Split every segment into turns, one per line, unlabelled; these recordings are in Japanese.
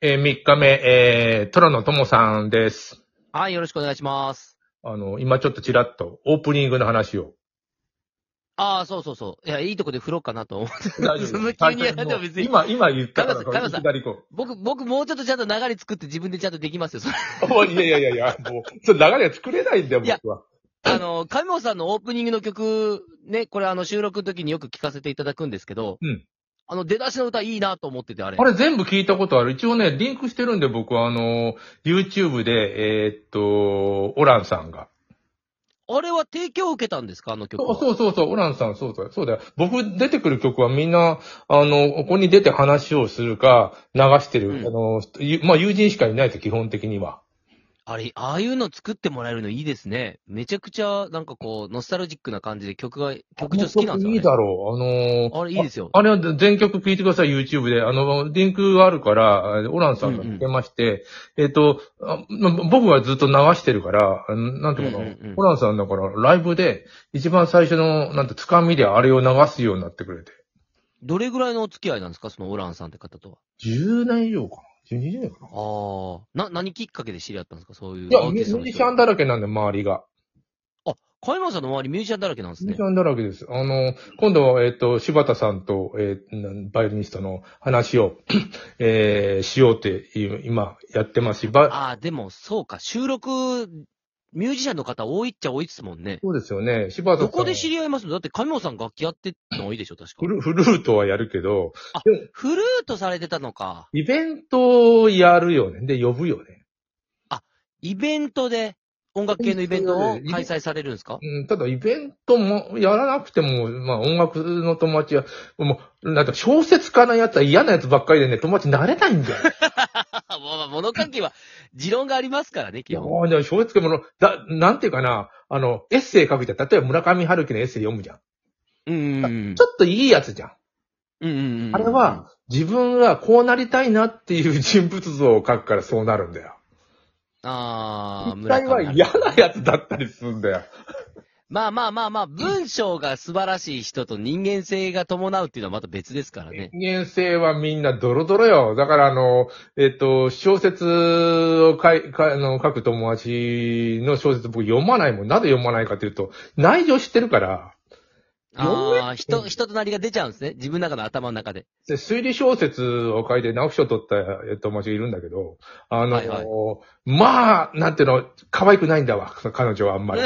えー、3日目、えー、トラノトモさんです。
はい、よろしくお願いします。
あの、今ちょっとちらっとオープニングの話を。
ああ、そうそうそう。いや、いいとこで振ろう かなと思って。
大
そんな急にやるのは別に
今、今言ったから、
カナさん
いきなり行こ
僕、僕もうちょっとちゃんと流れ作って自分でちゃんとできますよ、それ。
う。おいいやいやいやいや、もう、それ流れは作れないんだよ、
いや
僕は。
あの、神尾さんのオープニングの曲、ね、これあの収録の時によく聞かせていただくんですけど、
うん
あの出だしの歌いいなと思ってて、あれ。
あれ全部聞いたことある。一応ね、リンクしてるんで、僕はあの、YouTube で、えーっと、オランさんが。
あれは提供を受けたんですか、あの曲
そう
は。
そうそうそう、オランさん、そうだよ。そうだよ。僕出てくる曲はみんな、あの、ここに出て話をするか、流してる。
うん
あの、ゆまあ、友人しかいないと、基本的には。
あれ、ああいうの作ってもらえるのいいですね。めちゃくちゃ、なんかこう、ノスタルジックな感じで曲が、曲調好きなんですよ、
いい
ね。
だろう。あの
あれいいですよ。
あれは全曲聴いてください、YouTube で。あの、リンクがあるから、あのオランさんが聞けまして、えっ、と、あま僕はずっと流してるから、あのなんていうのかな、
うんうんうん
オランさんだから、ライブで、一番最初の、なんて、つかみであれを流すようになってくれて。
どれぐらいのお付き合いなんですか、そのオランさんって方とは。
10年以上かな ?12 年以上かな
ああ。な、何きっかけで知り合ったんですかそういう。
いや、
アー
ミュ
ティストの
ー
人
ジシャンだらけなんで、周りが。
カイマンさんの周りミュージシャンだらけなんです
ミュージ
ね
シ。ャンだらけです。あの、今度は、えっ、と、柴田さんと、えーなんバイオリニストの話を、 えーしようっていう、今、やってますし、ば
ああ、でも、そうか。収録、ミュージシャンの方多いっちゃ多いっすもんね。
そうですよね。柴田さん。
どこで知り合いますのだって、神尾さん楽器やってたのいいでしょ確か
フ。ルフルートはやるけど、
フルートされてたのか。
イベントをやるよね。で、呼ぶよね。
イベントで、音楽系のイベントを開催されるんですか
うん、ただ、イベントもやらなくても、まあ、音楽の友達は、もう、なんか小説家のやつは嫌なやつばっかりでね、友達なれないんだよ。
あ まあまあ、物書きは、持論がありますからね、
い
基
や、
本。
もう、ね、小説家もの、だ、なんていうかな、あの、エッセイ書くじゃん。例えば村上春樹のエッセイ読むじゃん。
うんうんうん。
ちょっといいやつじゃん。
うんうんうん
あれは、自分がこうなりたいなっていう人物像を書くからそうなるんだよ。
ああ、
実際は
上
嫌なやつだったりするんだよ。
まあまあまあまあ、文章が素晴らしい人と人間性が伴うっていうのはまた別ですからね。
人間性はみんなドロドロよ。だからあの、えっと、小説を書いかあの書く友達の小説僕読まないもん。なぜ読まないかというと、内情知ってるから、
ああ、人、人となりが出ちゃうんですね。自分の中の頭の中で。
で推理小説を書いて直木賞取ったえっと友達がいるんだけど、あの、
はいはい
まあ、なんていうの、可愛くないんだわ、彼女はあんま り。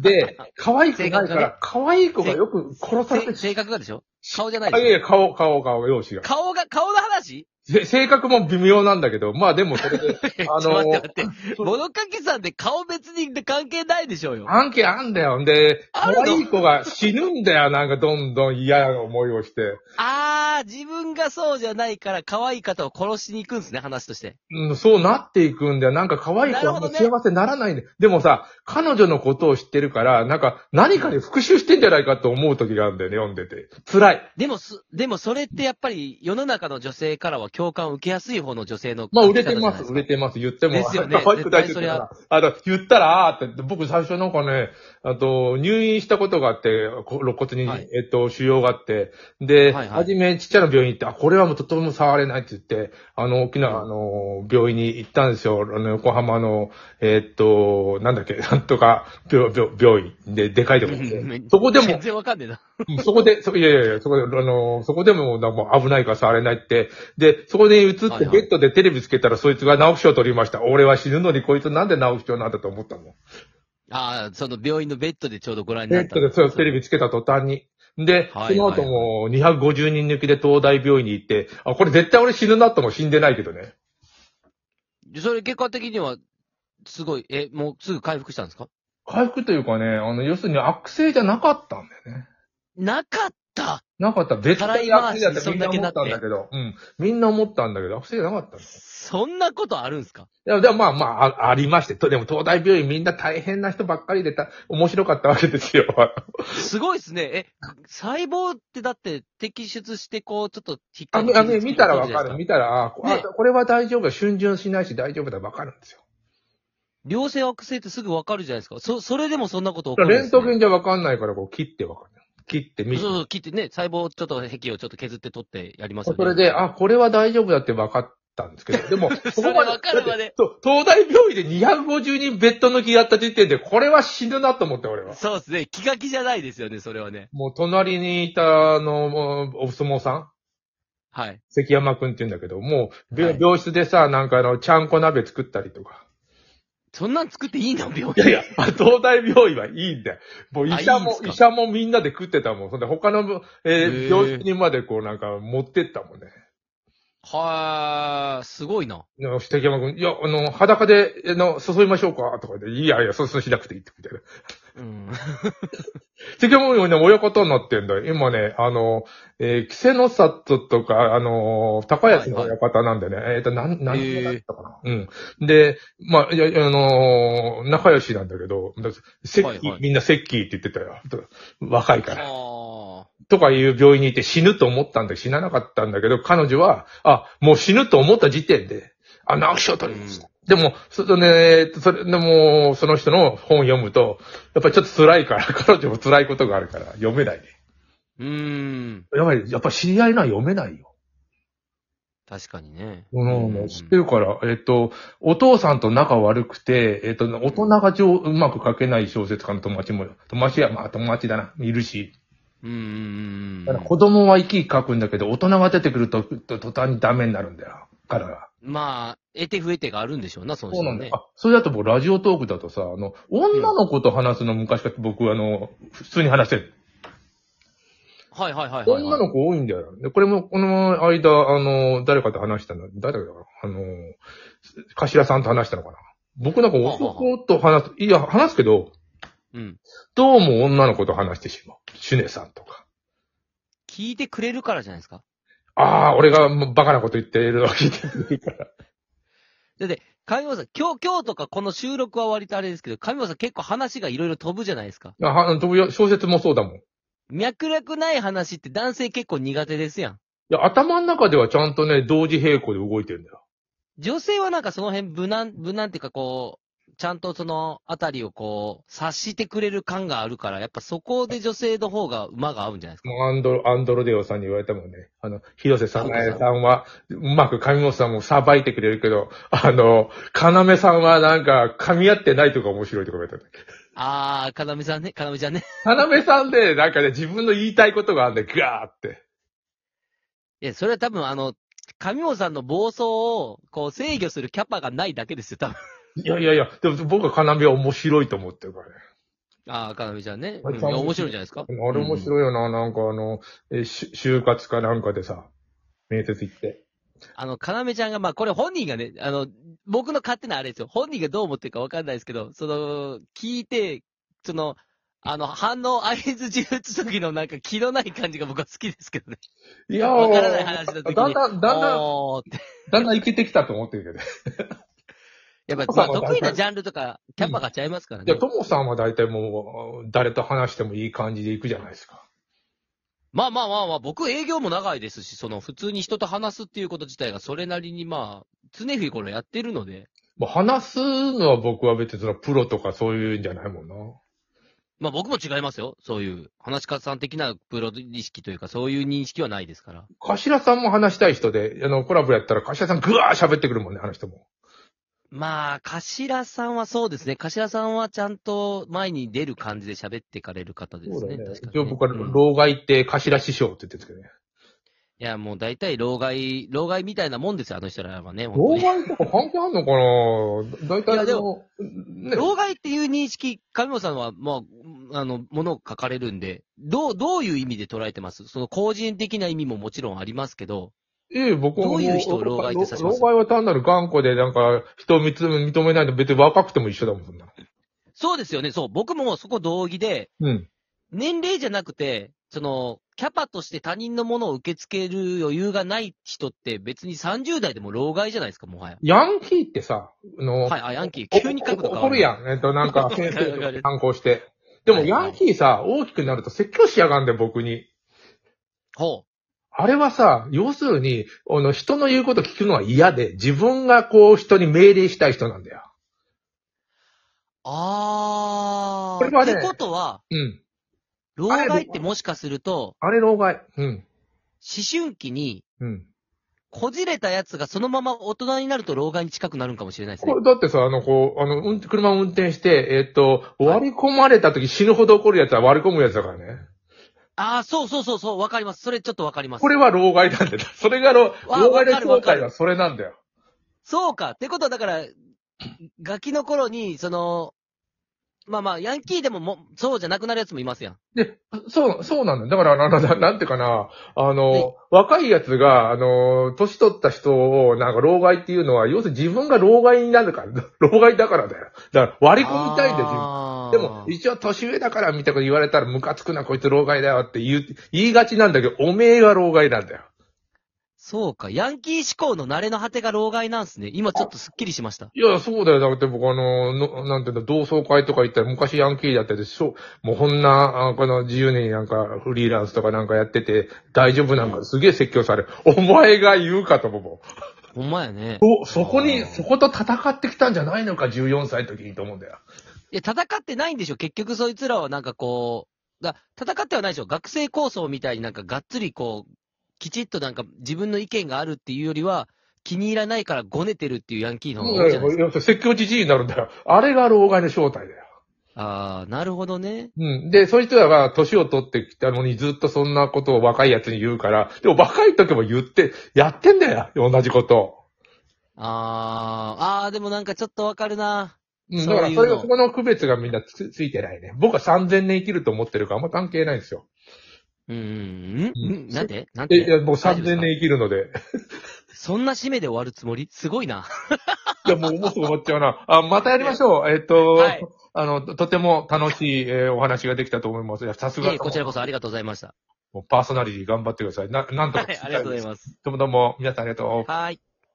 で、可愛くないか
性格が
ら、可愛い子がよく殺されて
せ性格がでしょ顔じゃない
あいやい
で
や、顔、顔、顔、容姿
す
が。
顔が、顔の話
せ性格も微妙なんだけど、まあでもそ れで、
ちょ
あ
っと待っ
の
て待って。物書きさんって顔別に関係ないでしょうよ。
案件あんだよ。んで、可
あるの
愛い子が死ぬんだよ。なんかどんどん嫌な思いをして。
ああ、自分がそうじゃないから可愛い方を殺しに行くんですね、話として。
うん、そうなっていくんだよ。なんか可愛い子
なる
は
ほ
も
ど
う
ね
幸せにならないんだよ。でもさ、彼女のことを知ってるから、なんか何かに復讐してんじゃないかと思う時があるんだよね、読んでて。辛い。
でもす、でもそれってやっぱり世の中の女性からは共感を受けやすい方の女性の。
まあ、売れてます、売れてます。言っても、
です よね
可愛くないって言
絶対そ
っ
れ
た
は
ら、あの、言ったら、あーって、僕最初なんかね、あと、入院したことがあって、こ肋骨に、
はい
えっと、腫瘍があって、で、
はいはい
初めちっちゃな病院行って、あ、これはもうとても触れないって言って、あの、大きな、あの、病院に行ったんですよ。あの、横浜の、えっと、なんだっけ、なんとか、病、病、病院で、でかいとこ行って
うん。
そこでも
全、然わかんねえな。
うんそこで、そこ、いやいやいや、そこで、あの、そこでも、なんかもう危ないから触れないって。で、そこで映っ
は
て
いはい
ベッドでテレビつけたら、そいつが直木賞取りました。俺は死ぬのに、こいつなんで直木賞なんだと思ったもん。
ああ、その病院のベッドでちょうどご覧に
ベ
なっ
ッ
た。
ドで、そう、テレビつけた途端に。で、
はいはい
その後も、250人抜きで東大病院に行って、あ、これ絶対俺死ぬなとも死んでないけどね。
それ結果的には、すごい、え、もうすぐ回復したんですか
回復というかね、あの、要するに悪性じゃなかったんだよね。
なかった
なかった。絶対悪性だって
たら
み
い
ん
回
な思
し
ったんだけど。うん。みんな思ったんだけど、悪性じゃなかったんだよ
そんなことあるんですか
いや、でもまあまあ、あありまして。とでも東大病院みんな大変な人ばっかりでた、面白かったわけ ですよ。
すごいですね。え、細胞ってだって摘出してこう、ちょっと引っ
あ
か
の、あのね、見たらわか
じゃ
る。
ないです
見たら、あ、こあ
ね
これは大丈夫だ。春巡しないし大丈夫だ。わかるんですよ。
良性悪性ってすぐわかるじゃないですか。そ、それでもそんなこと
だ
起こる
か
んで
ら
す、
レ
ね。
ントゲンじゃわかんないから、こう切ってわかる。切ってみ
そうそう、切ってね、細胞ちょっと壁をちょっと削って取ってやりますよね。
それで、あ、これは大丈夫だってわかったんですけど、 でも、こ
それわかる
だっ
まで
て そう東大病院で250人ベッド抜きやった時点で、これは死ぬなと思って、俺は。
そうですね。気が気じゃないですよね、それはね。
もう隣にいた、あの、もうお相撲さん
はい。
関山くんって言うんだけど、もう、病
はい
病室でさ、なんかあの、ちゃんこ鍋作ったりとか。
そんなん作っていいの病
い
院。
やいや、東大病院はいいんだよ。もう医者
あいいん
も
す、か
医者もみんなで食ってたもん。そんで他の、えー
へー
病室にまでこうなんか持ってったもんね。
はー、すごいな。
で関山くん、いや、あの、裸で、あの、注いましょうかとかで、いやいや、そうそうしなくていいって、みたいな。
うん。
関山くんね、親方になってんだよ。今ね、あの、えー、稀勢の里とか、あのー、高安の親方なんでね、えっ、と、なん、なん
へー
だったかな。うん。で、まあ、いや、あのー仲良しなんだけど、だセッキー、
はいはい
みんなセッキーって言ってたよ。若いから。
は
とかいう病院にいて死ぬと思ったんだけど、死ななかったんだけど、彼女は、あ、もう死ぬと思った時点で、あの、握手を取りました。でも、そのね、えっとそれでも、その人の本読むと、やっぱりちょっと辛いから、 彼女も辛いことがあるから、読めないね。
ー。うーん。
やっぱり、やっぱ知り合いなら読めないよ。
確かにね。
うん
うん
知ってるから、えっ、と、お父さんと仲悪くて、えっ、と、大人が上うまく書けない小説家の友達も、友達は、まあ友達だな、いるし、
うんうんうん
だ
う
から
ん。
子供は生き生き書くんだけど、大人が出てくると、と途端にダメになるんだよ。彼は。
まあ、得手不得手があるんでしょうな、その
そう
人
な
は
んだ
ね
よ。。あ、それだともうラジオトークだとさ、あの、女の子と話すの昔から僕、あの、普通に話してる。
はいはいはいはい。
女の子多いんだよ。で、これも、この間、あの、誰かと話したの、誰だかなあの、頭さんと話したのかな。僕なんか男と話す、いや、話すけど、
うん。
どうも女の子と話してしまう。シュネさんとか。
聞いてくれるからじゃないですか。
ああ、俺がもうバカなこと言ってるのを聞いてる から。
だって、上村さん、今日、今日とかこの収録は割とあれですけど、上村さん結構話がいろいろ飛ぶじゃないですか。
あは飛ぶよ小説もそうだもん。
脈絡ない話って男性結構苦手ですやん。
いや、頭の中ではちゃんとね、同時並行で動いてるんだよ。
女性はなんかその辺無難、無難っていうかこう、ちゃんとそのあたりをこう、察してくれる感があるから、やっぱそこで女性の方が馬が合うんじゃないですか。
もうアンドロ、アンドロデオさんに言われたもんね。あの、広瀬さん、えさんは、うまく上本さんもさばいてくれるけど、あの、要さんはなんか、噛み合ってないとか面白いとか言われたね。
あー、かなめさんね、かなめちゃんね。
要さんで、なんかね、自分の言いたいことがあんで、ガーって。
いや、それは多分あの、上尾さんの暴走を、こう制御するキャパがないだけですよ、多分。
いやいやいや、でも僕は要は面白いと思ってるからね。
あー、かなめちゃんね。
あ
う
い
ん、
つ
い
は
や面白いんじゃないですか。
あれ面白いよな、なんかあの、えし就活かなんかでさ、面接行って。
あの、かなめちゃんが、まあ、これ本人がね、あの、僕の勝手なあれですよ。本人がどう思ってるかわかんないですけど、その、聞いて、その、あの、反応合図中打つ時のなんか気のない感じが僕は好きですけどね。
いやー
わからない話の時に
だんだん、だんだん、
おーって。
だんだんいけてきたと思ってるけど。
やっぱ、
そう
ま
そう
あ、得意なジャンルとか、キャパがちゃいますから
いや、
ね。
ともさんは大体もう、誰と話してもいい感じで行くじゃないですか。
まあまあまあまあ、僕営業も長いですし、その、普通に人と話すっていうこと自体がそれなりにまあ、常日頃やってるので、
もう話すのは僕は別にそのプロとかそういうんじゃないもんな。
まあ僕も違いますよ。そういう、話し方さん的なプロ意識というか、そういう認識はないですから。
頭さんも話したい人で、あの、コラボやったら頭さんぐわー喋ってくるもんね、あの人も。
まあ、頭さんはそうですね。頭さんはちゃんと前に出る感じで喋ってかれる方ですね。確かにね、
一応僕は、
うん
老害って頭師匠って言ってるんですけどね。
いや、もう大体、老害、老害みたいなもんですよ、あの人らはね。本当
老
に
害とか関係あんのかな大
い
体
やで
の、ね。
老害っていう認識、上本さんは、まあ、あの、ものを書かれるんで、どう、どういう意味で捉えてますその、個人的な意味ももちろんありますけど、
ええ、僕はも
どういう人を老害って指します
老害は単なる頑固で、なんか、人を見つ認めないと別に若くても一緒だもん、そんなの。
そうですよね、そう、僕もそこ同義で、
うん。
年齢じゃなくて、その、キャパとして他人のものを受け付ける余裕がない人って別に30代でも老害じゃないですか、もはや。
ヤンキーってさ、あの、
はい、あ、ヤンキー、急に角度変わ
怒る
る。
やん。えっと、なん か、先生
わか
と
る
反抗して。でも、
はいは
ヤ
い
ンキーさ、大きくなると説教しやがんで、僕に。
ほ
あれはさ、要するに、あの、人の言うこと聞くのは嫌で、自分がこう、人に命令したい人なんだよ。
う。あー。
これはね
ってことは、
うん。
老害ってもしかすると、
あれ、老害。うん。
思春期に
うん。
こじれたやつがそのまま大人になると老害に近くなるんかもしれないですね
こ。れだってさ、あの、こう、あの、うん車を運転して、えっと、割り込まれた時死ぬほど怒るやつは割り込むやつだからね。
ああ、そうそうそう、そう、わかります。それちょっとわかります
こ。れは老害なんだよ。それが老、
わ
老害の
わかるわ
正
かる
体はそれなんだよ。
そうか。ってことは、だ から、ガキの頃に、その、まあまあ、ヤンキーでもも、そうじゃなくなるやつもいますやん。
そう、そうなんだよ。だから、な、な、ななんていうかな、あ
はい
の、若いやつが、あの、年取った人を、なんか、老害っていうのは、要するに自分が老害になるから、 老害だからだよ。だから、割り込みたいんだよ、自分。
あ
でも、一応年上だから、みたいなこと言われたら、ムカつくな、こいつ老害だよって言う、言いがちなんだけど、おめえが老害なんだよ。
そうか。ヤンキー思考の慣れの果てが老害なんすね。今ちょっとスッキリしました。
いや、そうだよ。だって僕あの、のなんていうの、同窓会とか行ったら昔ヤンキーだったでしょ。もうこんな、あこの自由になんかフリーランスとかなんかやってて、大丈夫なんかすげえ説教される。お前が言うかと思うも
ほんまや
ん。
ね。
お、そこに、そこと戦ってきたんじゃないのか、14歳の時にと思うんだよ。
いや、戦ってないんでしょ結局そいつらはなんかこう、だ戦ってはないでしょ学生構想みたいになんかがっつりこう、きちっとなんか自分の意見があるっていうよりは、気に入らないからごねてるっていうヤンキーの方が多いじゃないですか。
要するに説教じじいになるんだよ。あれが老害の正体だよ。
ああ、なるほどね。
うん。で、そういう人らが年を取ってきたのにずっとそんなことを若いやつに言うから、でも若い時も言って、やってんだよ。同じことを。
ああ、ああ、でもなんかちょっとわかるな。
うん、
そう
だ
いう
からそ
の
れが、そこの区別がみんなつついてないね。僕は3000年生きると思ってるから、あんま関係ないんですよ。
うんうん、うん、うん、なんでなん
え、い
で
や、僕
大丈夫で
3000
すか
年生きるので。
そんな締めで終わるつもりすごいな。
いや、もう、もうすぐ終わっちゃうな。あ、またやりましょう。えっと、
はい
あの、ととても楽しい、えーお話ができたと思います。いや、さす
い
が
えいえ、こちらこそありがとうございました。
もうパーソナリティ頑張ってください。な、なんと
は
か。
い、ありがとうございます。
どうもどうも、皆さんありがとう。
はーい。